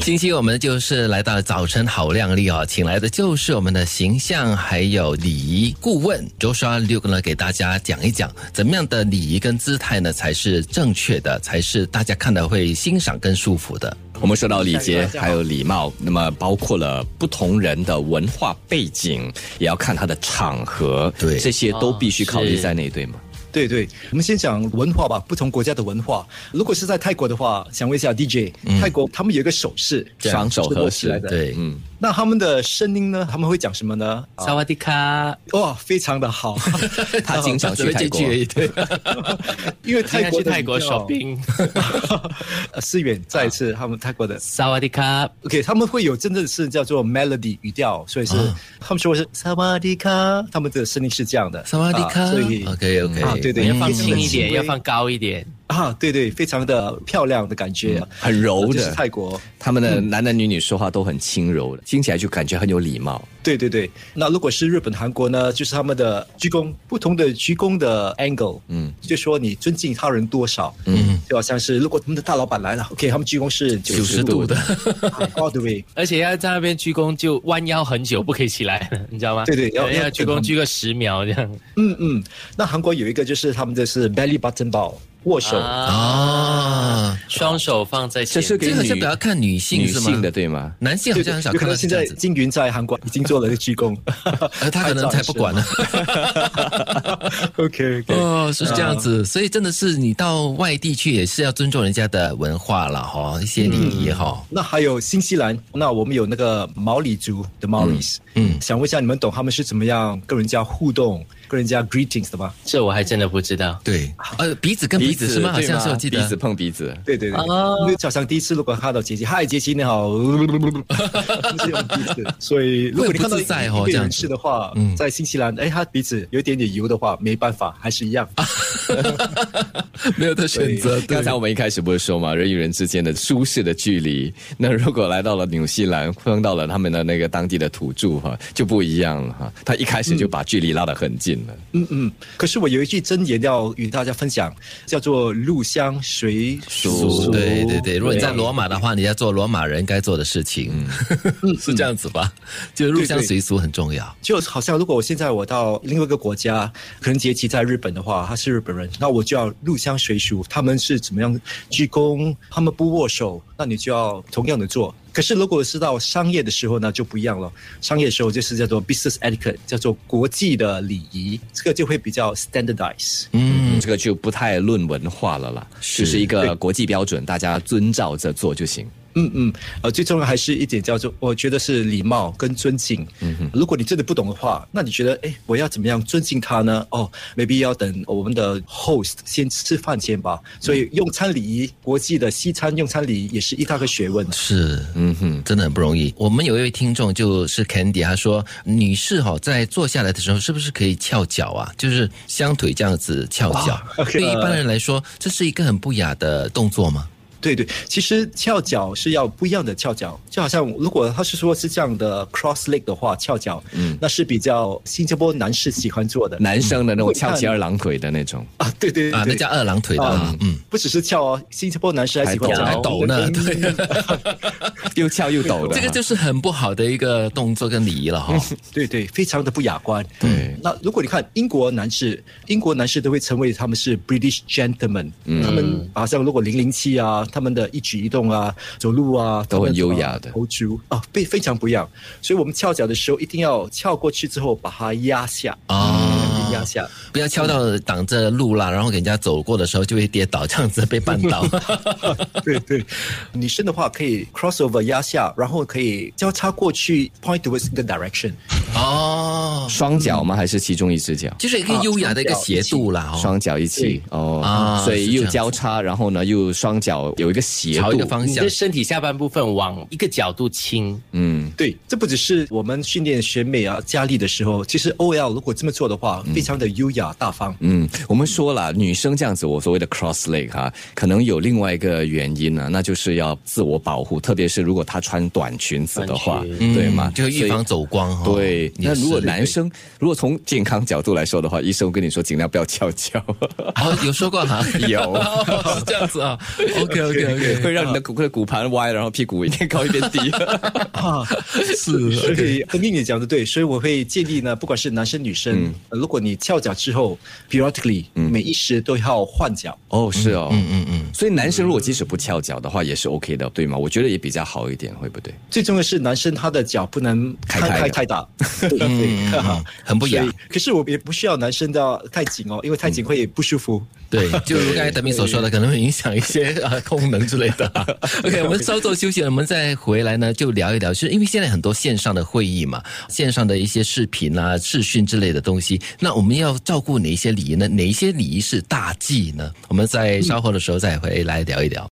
星期我们就是来到了早晨好靓丽哦，请来的就是我们的形象还有礼仪顾问 Joshua Luke 呢，给大家讲一讲怎么样的礼仪跟姿态呢才是正确的，才是大家看的会欣赏跟舒服的。我们说到礼节大家好还有礼貌，那么包括了不同人的文化背景，也要看他的场合，对这些都必须考虑哦是在内，对吗？对对，我们先讲文化吧，不同国家的文化。如果是在泰国的话，想问一下 DJ，、泰嗯国他们有一个手势，这样是握起来的。对，嗯，那他们的声音呢？他们会讲什么呢？啊萨瓦迪哦卡，哇，非常的 好，他经常去泰国，对，因为泰国去的泰国啊民调 shopping， 呃思远再一次他们泰国的萨瓦迪卡， OK，他们会有真正是叫做 melody 语调，所以是、啊他们说是萨瓦迪卡，他们的声音是这样的。萨瓦迪卡啊所以，OK OK，啊对对你要放嗯轻一点，嗯要放高一点。啊，对对，非常的漂亮的感觉，嗯很柔这的是泰国。他们的男男女女说话都很轻柔的，听起来就感觉很有礼貌。对对对，那如果是日本、韩国呢，就是他们的鞠躬，不同的鞠躬的 angle，嗯，就说你尊敬他人多少，嗯，就好像是如果他们的大老板来了，OK，他们鞠躬是九90度的 all the way，而且要在那边鞠躬就弯腰很久，不可以起来， 你知道吗？对对要要要要鞠等躬他鞠个十秒这样。嗯嗯。那韩国有一个就是他们的是 belly button bow，握手，啊啊，双手放在前这面，这是给个女是比较看女性女是吗？性的，对吗？男性哎好像很少有看可到能是现这在样子，金云在韩国已经做了一个鞠躬 呃，他可能才不 管呢。 ，OK OK。哦，是这样子，所以真的是你到外地去也是要尊重人家的文化了哈，一些礼仪哈。那还有新西兰，那我们有那个毛里族的 Maoris，嗯嗯想问一下你们懂他们是怎么样跟人家互动、跟人家 greetings 的吗？这我还真的不知道。对，呃，鼻子跟鼻子是吗？好对像是我记鼻子得。碰鼻子，对对对，因为早上第一次如果看到杰西，嗨，杰西你好， 就是用鼻子， 所以如果你看到会不自在哦这一个样人子士的话嗯，在新西兰，哎，他鼻子有一点点油的话，没办法，还是一样。 啊没有的选择。对刚才我们一开始不是说嘛，人与人之间的舒适的距离。那如果来到了纽西兰，碰到了他们的那个当地的土著哈，就不一样了哈。他一开始就把距离拉得很近了。嗯嗯，可是我有一句箴言要与大家分享，叫做“入乡随俗”。对对对，如果你在罗马的话，你要做罗马人该做的事情， 是这样子吧？就入乡随俗很重要。就好像如果我现在我到另外一个国家，可能杰奇在日本的话，他是日本人，那我就要入乡随俗，他们是怎么样鞠躬，他们不握手，那你就要同样的做。可是如果是到商业的时候呢，就不一样了。商业的时候就是叫做 business etiquette，叫做国际的礼仪，这个就会比较 standardize。嗯，这个就不太论文化了啦，是就是一个国际标准，大家遵照着做就行。嗯嗯，呃，最重要还是一点叫做，我觉得是礼貌跟尊敬。嗯哼，如果你真的不懂的话，那你觉得，哎，我要怎么样尊敬他呢？哦，maybe 要等我们的 host 先吃饭先吧。所以用餐礼仪，国际的西餐用餐礼仪也是一大个学问。是，嗯哼，真的很不容易。我们有一位听众就是 Candy，他说女士哈、在坐下来的时候是不是可以翘脚啊？就是香腿这样子翘脚， ，OK 对一般人来说，这是一个很不雅的动作吗？对对，其实翘脚是要不一样的翘脚，就好像如果他是说是这样的 cross leg 的话，翘脚，嗯，那是比较新加坡男士喜欢做的。男生的那种嗯翘起二郎腿的那种，啊，对对对，啊，那叫二郎腿的啊，嗯，不只是翘哦，新加坡男士还喜欢还这抖样还抖呢，对，又翘又抖嗯的哈。这个就是很不好的一个动作跟礼仪了 哈、对对，非常的不雅观。对那如果你看英国男士，英国男士都会成为他们是 British gentleman，、他嗯们好像如果零零七啊，他们的一举一动啊，走路啊，都很他们优雅的头足啊，非非常不一样。所以我们翘脚的时候一定要翘过去之后把它压下，啊压下。不要敲到挡着路啦，然后给人家走过的时候就会跌倒，这样子被绊 倒。对对，女生的话可以 crossover 压下，然后可以交叉过去 point towards 一个 direction。哦，双脚吗？还是其中一只脚？就是一个优雅的一个斜度啦，哦，啊双脚一起对哦，啊所是以这又样子交叉，然后呢又双脚有一个斜朝度一个方你向的。身体下半部分往一个角度倾，嗯，对，这不只是我们训练选美啊、佳丽的时候，其实 OL 如果这么做的话，非常的优雅大方。嗯，我们说了，女生这样子，我所谓的 cross leg 哈、可能有另外一个原因呢、那就是要自我保护，特别是如果她穿短裙子的话短，嗯对吗？就预防所以。走光哦。对，对，那如果也是男生如果从健康角度来说的话，医生跟你说尽量不要翘 脚，哦，有说过哈，有哦是这样子啊。OK OK OK， 会让你的骨骨盘歪，然后屁股一边高一边低。嗯啊， 是所以亨利你讲的对，所以我会建议呢，不管是男生女生，呃如果你翘脚之后，periodically、每一时都要换脚。哦，是哦，嗯嗯嗯，所以男生如果即使不翘脚的话，也是 OK 的，对吗？我觉得也比较好一点，会不对？最重要是男生他的脚不能开开太大开太大， 对对，哈哈很不雅所以。可是我也不需要男生的太紧哦，因为太紧会不舒服。对，就如刚才德明所说的，可能会影响一些呃功能之类的。OK，我们 稍作休息了，我们再回来呢，就聊一聊，就是因为现在很多线上的会议嘛，线上的一些视频啊、视讯之类的东西，那我们要照顾哪一些礼仪呢？哪一些礼仪是大忌呢？我们在稍后的时候再回来聊一聊。